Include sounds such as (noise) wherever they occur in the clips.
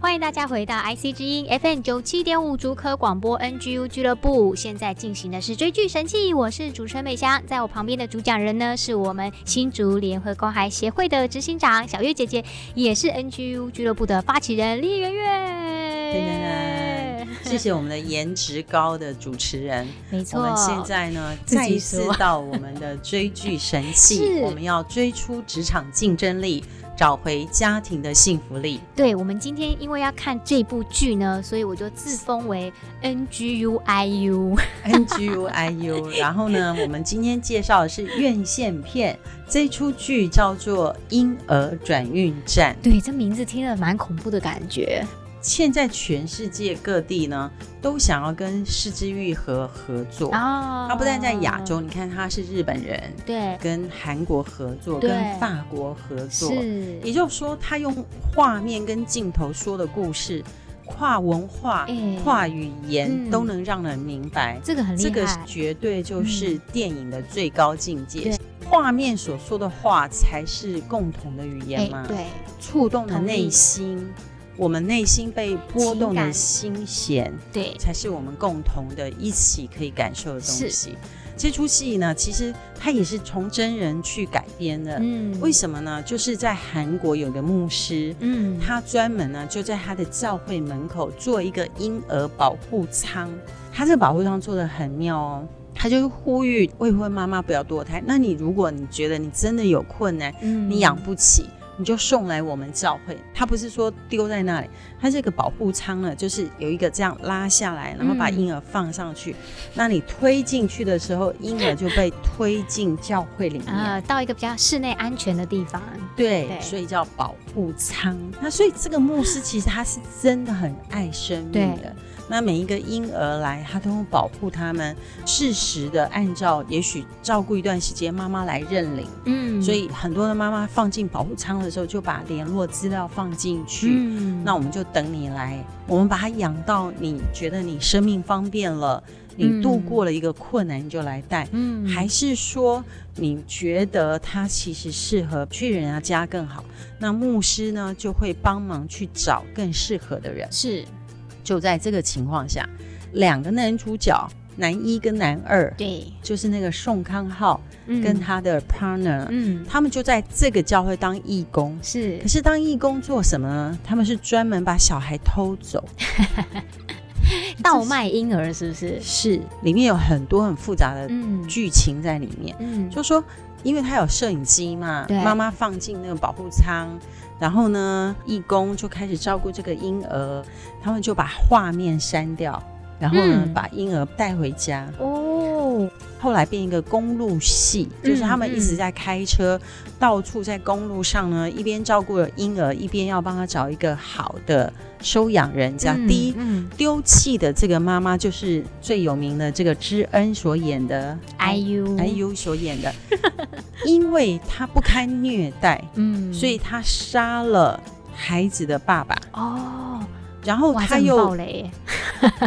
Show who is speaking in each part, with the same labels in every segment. Speaker 1: 欢迎大家回到 IC 之音 FM 九七点五竹科广播 NGU 俱乐部，现在进行的是追剧神器，我是主持人美香，在我旁边的主讲人呢是我们新竹联合公海协会的执行长小月姐姐，也是 NGU 俱乐部的发起人李圆
Speaker 2: (laughs)
Speaker 1: 圆。
Speaker 2: 谢谢我们的颜值高的主持人。
Speaker 1: 没
Speaker 2: 我
Speaker 1: 错，
Speaker 2: 们现在呢，
Speaker 1: 自己
Speaker 2: 再一次
Speaker 1: 说
Speaker 2: 到我们的追剧神器 (laughs)
Speaker 1: 是，
Speaker 2: 我们要追出职场竞争力，找回家庭的幸福力。
Speaker 1: 对我们今天因为要看这部剧呢，所以我就自封为 NGUIU。
Speaker 2: N G U I U。然 (laughs) 后呢，我们今天介绍的是院线片，这出剧叫做《婴儿转运站》。
Speaker 1: (laughs) 对，这名字听了蛮恐怖的感觉。
Speaker 2: 现在全世界各地呢，都想要跟失之愈合合作。
Speaker 1: 啊
Speaker 2: 它不但在亚洲，，你看他是日本人，
Speaker 1: 对，
Speaker 2: 跟韩国合作，
Speaker 1: 对
Speaker 2: 跟法国合作，
Speaker 1: 是
Speaker 2: 也就是说，他用画面跟镜头说的故事，跨文化、
Speaker 1: 哎
Speaker 2: 跨语言、
Speaker 1: 嗯
Speaker 2: 都能让人明白。
Speaker 1: 这个很厉
Speaker 2: 这
Speaker 1: 害，嗯
Speaker 2: 个绝对就是电影的最高境界。
Speaker 1: 对
Speaker 2: 画面所说的话才是共同的语言嘛，
Speaker 1: 哎对，
Speaker 2: 触动的
Speaker 1: 同意
Speaker 2: 内心，我们内心被波
Speaker 1: 情
Speaker 2: 动的
Speaker 1: 感
Speaker 2: 心弦，
Speaker 1: 对，
Speaker 2: 才是我们共同的、一起可以感受的东
Speaker 1: 是
Speaker 2: 西。这出戏呢，其实它也是从真人去改编的。
Speaker 1: 嗯
Speaker 2: 为什么呢？就是在韩国有个牧师，
Speaker 1: 嗯，
Speaker 2: 他专门呢就在他的教会门口做一个婴儿保护舱。他这个保护舱做的很妙哦，他就呼吁未婚妈妈不要堕胎。那你如果你觉得你真的有困难，
Speaker 1: 嗯
Speaker 2: 你养不起，你就送来我们教会。他不是说丢在那里，他这个保护舱呢，就是有一个这样拉下来，然后把
Speaker 1: 嗯
Speaker 2: 婴儿放上去。那你推进去的时候，婴儿就被推进教会里面。
Speaker 1: 啊，到一个比较室内安全的地方，
Speaker 2: 对，
Speaker 1: 对
Speaker 2: 所以叫保护舱。那所以这个牧师其实他是真的很爱生命
Speaker 1: 对
Speaker 2: 的。那每一个婴儿来，他都会保护他们，适时的按照也许照顾一段时间，妈妈来认领。
Speaker 1: 嗯
Speaker 2: 所以很多的妈妈放进保护舱的时候，就把联络资料放进去。
Speaker 1: 嗯
Speaker 2: 那我们就等你来，我们把它养到你觉得你生命方便了，
Speaker 1: 嗯
Speaker 2: 你度过了一个困难，你就来带。
Speaker 1: 嗯
Speaker 2: 还是说你觉得他其实适合去人家家更好？那牧师呢就会帮忙去找更适合的人。
Speaker 1: 是
Speaker 2: 就在这个情况下，两个男主角，男一跟男二，
Speaker 1: 对，
Speaker 2: 就是那个宋康昊
Speaker 1: 嗯
Speaker 2: 跟他的 partner，、
Speaker 1: 嗯
Speaker 2: 他们就在这个教会当义工。
Speaker 1: 是
Speaker 2: 可是当义工做什么呢？他们是专门把小孩偷走，
Speaker 1: 倒卖婴儿是不是？
Speaker 2: 是里面有很多很复杂的
Speaker 1: 嗯
Speaker 2: 剧情在里面。
Speaker 1: 嗯
Speaker 2: 就说因为他有摄影机嘛
Speaker 1: 对，
Speaker 2: 妈妈放进那个保护舱，然后呢，义工就开始照顾这个婴儿，他们就把画面删掉，然后呢，
Speaker 1: 嗯
Speaker 2: 把婴儿带回家，
Speaker 1: 哦，
Speaker 2: 后来变一个公路戏，
Speaker 1: 嗯
Speaker 2: 就是他们一直在开车，到处在公路上呢，一边照顾了婴儿，一边要帮他找一个好的收养人家。
Speaker 1: 嗯
Speaker 2: 第一。
Speaker 1: 嗯
Speaker 2: 丢弃的这个妈妈就是最有名的这个知恩所演的哎
Speaker 1: ，IU
Speaker 2: IU 所演的， (laughs) 因为他不堪虐待，
Speaker 1: 嗯，
Speaker 2: 所以他杀了孩子的爸爸，
Speaker 1: 哦，
Speaker 2: 然后
Speaker 1: 哇，
Speaker 2: 他
Speaker 1: 这很暴
Speaker 2: 又
Speaker 1: 雷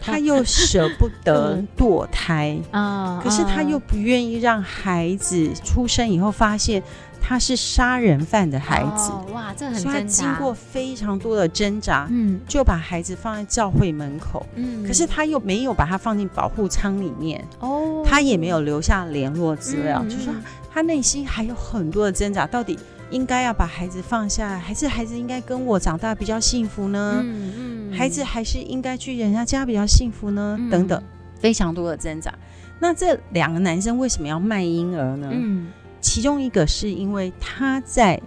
Speaker 2: 他又舍不得
Speaker 1: 嗯
Speaker 2: 堕胎，
Speaker 1: 啊，
Speaker 2: 可是他又不愿意让孩子出生以后发现他是杀人犯的孩子，
Speaker 1: 哦哇，这很
Speaker 2: 所以他
Speaker 1: 挣
Speaker 2: 经
Speaker 1: 扎，
Speaker 2: 过非常多的挣扎，
Speaker 1: 嗯
Speaker 2: 就把孩子放在教会门口。
Speaker 1: 嗯，
Speaker 2: 可是他又没有把他放进保护舱里面，
Speaker 1: 哦，
Speaker 2: 他也没有留下联络资料，
Speaker 1: 嗯
Speaker 2: 就说
Speaker 1: 嗯
Speaker 2: 他内心还有很多的挣扎，到底应该要把孩子放下来，还是孩子应该跟我长大比较幸福呢？
Speaker 1: 嗯
Speaker 2: 孩子还是应该去人家家比较幸福呢？
Speaker 1: 嗯
Speaker 2: 等等，非常多的挣扎。那这两个男生为什么要卖婴儿呢？
Speaker 1: 嗯
Speaker 2: 其中一个是因为他在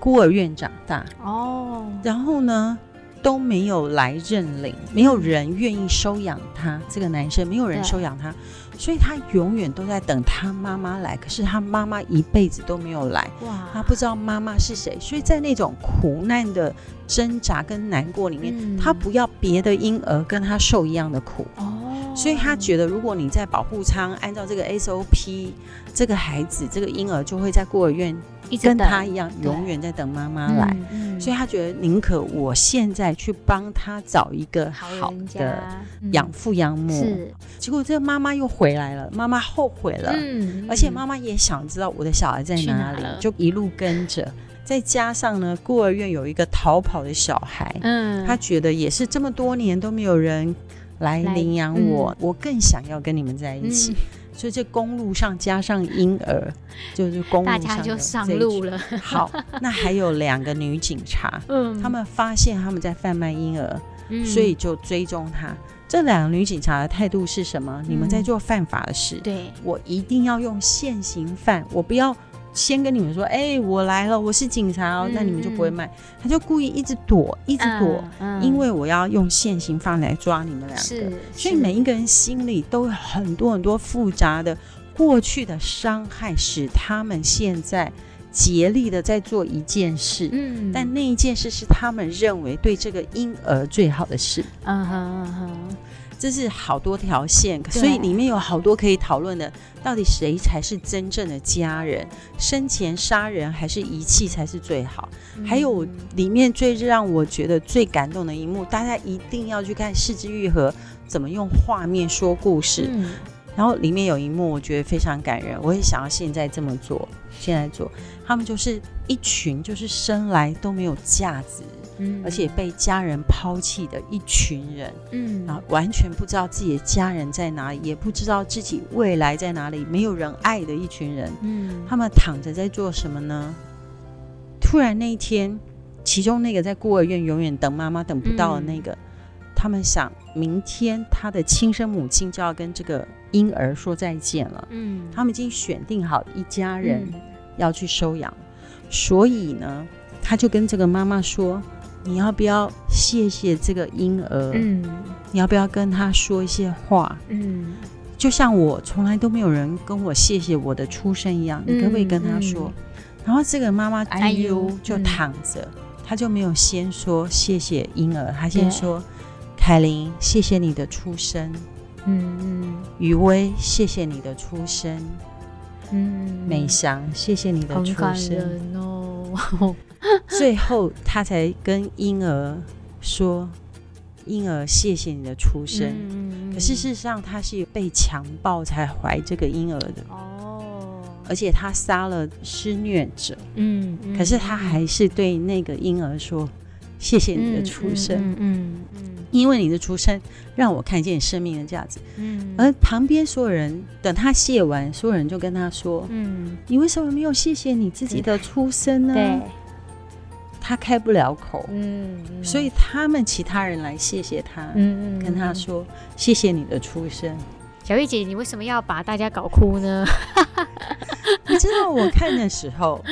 Speaker 2: 孤儿院长大，
Speaker 1: 哦，
Speaker 2: 然后呢，都没有来认领，没有人愿意收养他这个男生，没有人
Speaker 1: 对
Speaker 2: 收养他，所以他永远都在等他妈妈来，可是他妈妈一辈子都没有来。他
Speaker 1: 哇，
Speaker 2: 不知道妈妈是谁，所以在那种苦难的挣扎跟难过里面，
Speaker 1: 嗯
Speaker 2: 他不要别的婴儿跟他受一样的苦，
Speaker 1: 哦
Speaker 2: 所以他觉得如果你在保护舱按照这个 SOP，这个孩子这个婴儿就会在孤儿院
Speaker 1: 一直
Speaker 2: 跟
Speaker 1: 等
Speaker 2: 他一样，
Speaker 1: 对
Speaker 2: 永远在等妈妈来。，
Speaker 1: 嗯嗯
Speaker 2: 所以他觉得宁可我现在去帮他找一个好
Speaker 1: 人
Speaker 2: 的
Speaker 1: 家嗯
Speaker 2: 养父养母，
Speaker 1: 是，
Speaker 2: 结果这个妈妈又回来了，妈妈后悔了，
Speaker 1: 嗯
Speaker 2: 而且妈妈也想知道我的小孩在
Speaker 1: 去哪
Speaker 2: 哪里，
Speaker 1: 了
Speaker 2: 就一路跟着。再加上呢，孤儿院有一个逃跑的小孩，
Speaker 1: 嗯
Speaker 2: 他觉得也是这么多年都没有人来
Speaker 1: 来
Speaker 2: 领养
Speaker 1: 嗯
Speaker 2: 我，我更想要跟你们在一起。
Speaker 1: 嗯
Speaker 2: 所以这公路上加上婴儿，就是公
Speaker 1: 嗯
Speaker 2: 路
Speaker 1: 大
Speaker 2: 上
Speaker 1: 家就
Speaker 2: 的
Speaker 1: 上
Speaker 2: 这一
Speaker 1: 路
Speaker 2: 群。
Speaker 1: 了，
Speaker 2: (laughs) 好，那还有两个女警察，
Speaker 1: 嗯
Speaker 2: 他们发现他们在贩卖婴儿，
Speaker 1: 嗯
Speaker 2: 所以就追踪他。这两个女警察的态度是什么？你们在
Speaker 1: 嗯
Speaker 2: 做犯法的事，
Speaker 1: 对，
Speaker 2: 我一定要用现行犯，我不要先跟你们说，哎、我来了，我是警察哦，
Speaker 1: 嗯
Speaker 2: 那你们就不会卖。他就故意一直躲，一直躲，
Speaker 1: 嗯，嗯
Speaker 2: 因为我要用现行犯来抓你们两
Speaker 1: 是
Speaker 2: 个。，所以
Speaker 1: 是
Speaker 2: 每一个人心里都有很多很多复杂的过去的伤害，使他们现在竭力的在做一件事。
Speaker 1: 嗯，
Speaker 2: 但那一件事是他们认为对这个婴儿最好的事，
Speaker 1: 嗯哼嗯哼，
Speaker 2: 这是好多条线，
Speaker 1: 对
Speaker 2: 所以里面有好多可以讨论的，到底谁才是真正的家人？生前杀人还是遗弃才是最好？还有
Speaker 1: 嗯
Speaker 2: 里面最让我觉得最感动的一幕，大家一定要去看《四之愈合》怎么用画面说故事。
Speaker 1: 嗯
Speaker 2: 然后里面有一幕我觉得非常感人，我也想要现在这么做，现在做。他们就是一群就是生来都没有价值，
Speaker 1: 嗯
Speaker 2: 而且被家人抛弃的一群人。
Speaker 1: 嗯
Speaker 2: 然后完全不知道自己的家人在哪里，也不知道自己未来在哪里，没有人爱的一群人，
Speaker 1: 嗯
Speaker 2: 他们躺着在做什么呢？突然那一天，其中那个在孤儿院永远等妈妈等不到的那
Speaker 1: 嗯
Speaker 2: 个，他们想明天他的亲生母亲就要跟这个婴儿说再见了，
Speaker 1: 嗯
Speaker 2: 他们已经选定好一家人，
Speaker 1: 嗯
Speaker 2: 要去收养，所以呢，他就跟这个妈妈说：“你要不要谢谢这个婴儿？
Speaker 1: 嗯
Speaker 2: 你要不要跟他说一些话？
Speaker 1: 嗯
Speaker 2: 就像我从来都没有人跟我谢谢我的出生一样，你可不可以跟他说？然后这个妈妈哎
Speaker 1: 嗯哎呦
Speaker 2: 呦就
Speaker 1: 嗯
Speaker 2: 躺着，她就没有先说谢谢婴儿，她先
Speaker 1: 对
Speaker 2: 说：“凯琳，谢谢你的出生；
Speaker 1: 嗯
Speaker 2: 雨薇，谢谢你的出生；
Speaker 1: 嗯嗯，
Speaker 2: 美翔，谢谢你的
Speaker 1: 好
Speaker 2: 出
Speaker 1: 感
Speaker 2: 生。”
Speaker 1: 人 (laughs) 哦，
Speaker 2: (laughs) 最后他才跟婴儿说：“婴儿，谢谢你的出生。
Speaker 1: 嗯
Speaker 2: 可是事实上，他是被强暴才怀这个婴儿的，
Speaker 1: 哦，
Speaker 2: 而且他杀了施虐者，
Speaker 1: 嗯，嗯
Speaker 2: 可是他还是对那个婴儿说：“谢谢你的出生，
Speaker 1: 嗯嗯嗯
Speaker 2: 因为你的出生让我看见生命的价值。
Speaker 1: 嗯，
Speaker 2: 而旁边所有人等他谢完，所有人就跟他说：“
Speaker 1: 嗯
Speaker 2: 你为什么没有谢谢你自己的出生呢？”
Speaker 1: 对，
Speaker 2: 他开不了口，
Speaker 1: 嗯，嗯
Speaker 2: 所以他们其他人来谢谢他。
Speaker 1: 嗯嗯，
Speaker 2: 跟他
Speaker 1: 嗯
Speaker 2: 说：“谢谢你的出生。
Speaker 1: 小玉姐，你为什么要把大家搞哭呢？
Speaker 2: (laughs) 你知道我看的时候，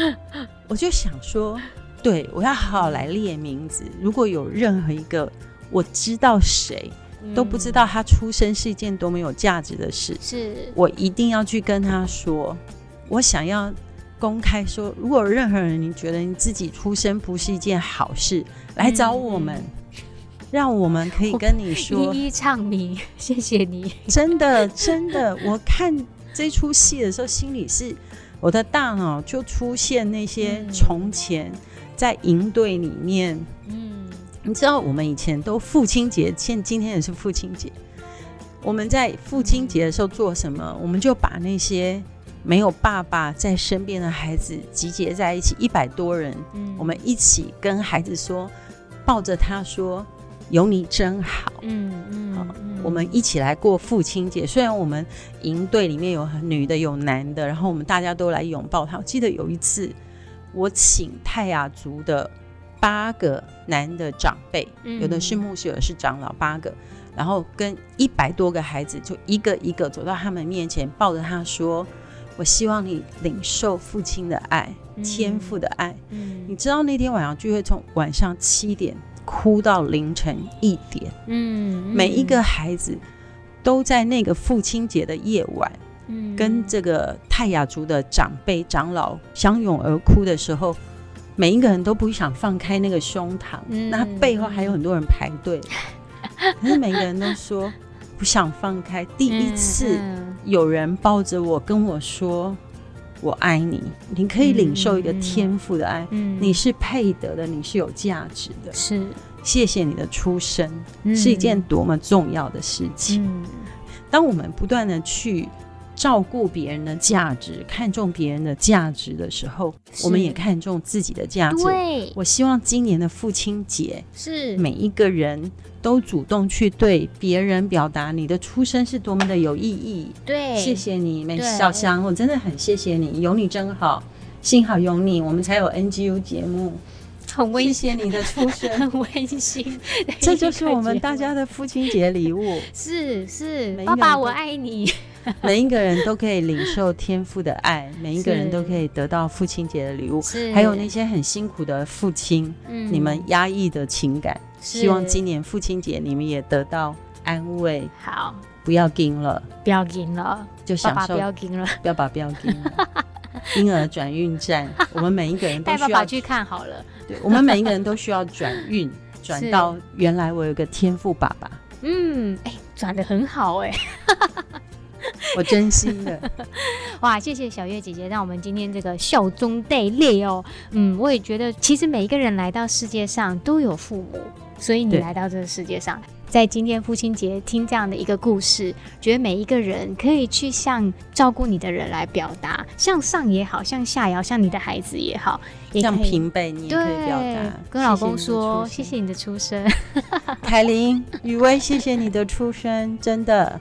Speaker 2: 我就想说，对我要好好来列名字。如果有任何一个我知道谁 (laughs) 都不知道他出生是一件多么有价值的事，
Speaker 1: 是，
Speaker 2: 我一定要去跟他说，我想要。公开说，如果有任何人你觉得你自己出生不是一件好事，来找我们，让嗯我们可以跟你说，
Speaker 1: 一一唱名， (laughs) 谢谢你。
Speaker 2: 真的，真的，我看这出戏的时候，心里是我的大脑就出现那些
Speaker 1: 嗯
Speaker 2: 从前在营队里面，
Speaker 1: 嗯
Speaker 2: 你知道，我们以前都父亲节，现今天也是父亲节，我们在父亲节的时候做什么？我们就把那些没有爸爸在身边的孩子集结在一起，一百多人，
Speaker 1: 嗯
Speaker 2: 我们一起跟孩子说，抱着他说：“有你真好。”
Speaker 1: 嗯
Speaker 2: 好
Speaker 1: 嗯嗯
Speaker 2: 我们一起来过父亲节。虽然我们营队里面有女的有男的，然后我们大家都来拥抱他。我记得有一次，我请泰雅族的八个男的长辈，
Speaker 1: 嗯
Speaker 2: 有的是牧师，有的是长老，八个，然后跟一百多个孩子，就一个一个走到他们面前，抱着他说：“我希望你领受父亲的爱，天父的爱。”
Speaker 1: 嗯
Speaker 2: 你知道那天晚上聚会从晚上七点哭到凌晨一点，
Speaker 1: 嗯，嗯
Speaker 2: 每一个孩子都在那个父亲节的夜晚，
Speaker 1: 嗯
Speaker 2: 跟这个泰雅族的长辈长老相拥而哭的时候，每一个人都不想放开那个胸膛，
Speaker 1: 嗯
Speaker 2: 那背后还有很多人排队，可是每个人都说不想放开。第一次
Speaker 1: 嗯
Speaker 2: 有人抱着我跟我说：“我爱你，你可以领受一个天赋的爱，
Speaker 1: 嗯
Speaker 2: 你是配得的，你是有价值的，
Speaker 1: 是
Speaker 2: 谢谢你的出生，是一件多么重要的事情。”
Speaker 1: 嗯
Speaker 2: 当我们不断的去照顾别人的价值，看重别人的价值的时候，
Speaker 1: 是
Speaker 2: 我们也看重自己的价值。
Speaker 1: 对
Speaker 2: 我希望今年的父亲节，
Speaker 1: 是
Speaker 2: 每一个人都主动去对别人表达你的出生是多么的有意义。
Speaker 1: 对
Speaker 2: 谢谢你，美
Speaker 1: 对
Speaker 2: 小香，我真的很谢谢你，有你真好，幸好有你，我们才有 NGU 节目。
Speaker 1: 很
Speaker 2: 谢
Speaker 1: 温馨
Speaker 2: 谢你的出
Speaker 1: (laughs)
Speaker 2: 生，
Speaker 1: 很温馨，
Speaker 2: (laughs) 这就是我们大家的父亲节礼物。
Speaker 1: (laughs) 是是
Speaker 2: 每一
Speaker 1: 爸
Speaker 2: 个
Speaker 1: 爸
Speaker 2: 人
Speaker 1: 我
Speaker 2: 都
Speaker 1: 爱你， (laughs)
Speaker 2: 每一个人都可以领受天父的爱，每一个人
Speaker 1: 是
Speaker 2: 都可以得到父亲节的礼物，
Speaker 1: 是
Speaker 2: 还有那些很辛苦的父亲，
Speaker 1: 嗯
Speaker 2: 你们压抑的情感，
Speaker 1: 是
Speaker 2: 希望今年父亲节你们也得到安慰，
Speaker 1: 好
Speaker 2: 不要盯了，
Speaker 1: 不要赢了，
Speaker 2: 就
Speaker 1: 爸
Speaker 2: 享
Speaker 1: 爸
Speaker 2: 受
Speaker 1: 不要赢了，
Speaker 2: 不要把不要盯
Speaker 1: (laughs)
Speaker 2: 了。婴儿转运站，我们每一个人都
Speaker 1: 带 (laughs) 爸
Speaker 2: 需
Speaker 1: 爸
Speaker 2: 要，
Speaker 1: 去看好了，
Speaker 2: 对我们每一个人都需要转
Speaker 1: (laughs)
Speaker 2: 运，转到原来我有个天赋爸爸，
Speaker 1: 嗯，哎、转的很好哎、
Speaker 2: 我真
Speaker 1: (laughs)
Speaker 2: 心的。
Speaker 1: 哇，谢谢小月姐姐，让我们今天这个笑中带泪哦。嗯，我也觉得，其实每一个人来到世界上都有父母，所以你
Speaker 2: 对
Speaker 1: 来到这个世界上，在今天父亲节听这样的一个故事，觉得每一个人可以去向照顾你的人来表达，向上也好，向下也好，向你的孩子也好，也
Speaker 2: 像
Speaker 1: 可以
Speaker 2: 平辈，你也可以表达
Speaker 1: 对。跟老公
Speaker 2: 谢谢你的
Speaker 1: 说，
Speaker 2: 出
Speaker 1: 谢
Speaker 2: 现
Speaker 1: 谢你的出生。
Speaker 2: 凯琳、雨薇，谢谢你的出生，真的，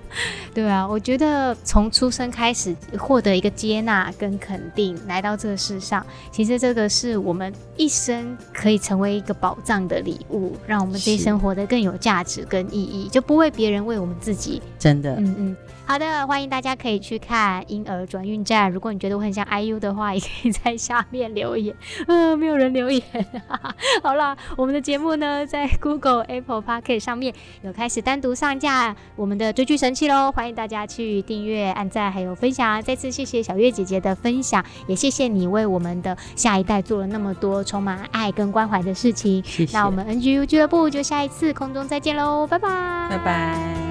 Speaker 1: 对啊，我觉得从出生开始获得一个接纳跟肯定，来到这个世上，其实这个是我们一生可以成为一个宝藏的礼物，让我们这一
Speaker 2: 是
Speaker 1: 生活得更有价值跟意义，就不为别人，为我们自己
Speaker 2: 真的，
Speaker 1: 嗯嗯，好的，欢迎大家可以去看婴儿转运站。如果你觉得我很像 IU 的话，也可以在下面留言。 (laughs) 嗯、没有人留言、啊好了，我们的节目呢，在 Google、Apple p o c k e t 上面有开始单独上架我们的追剧神器喽，欢迎大家去订阅、按赞还有分享。再次谢谢小月姐姐的分享，也谢谢你为我们的下一代做了那么多充满爱跟关怀的事情。
Speaker 2: 谢谢，
Speaker 1: 那我们 NGU 俱乐部就下一次空中再见喽，拜拜，
Speaker 2: 拜拜。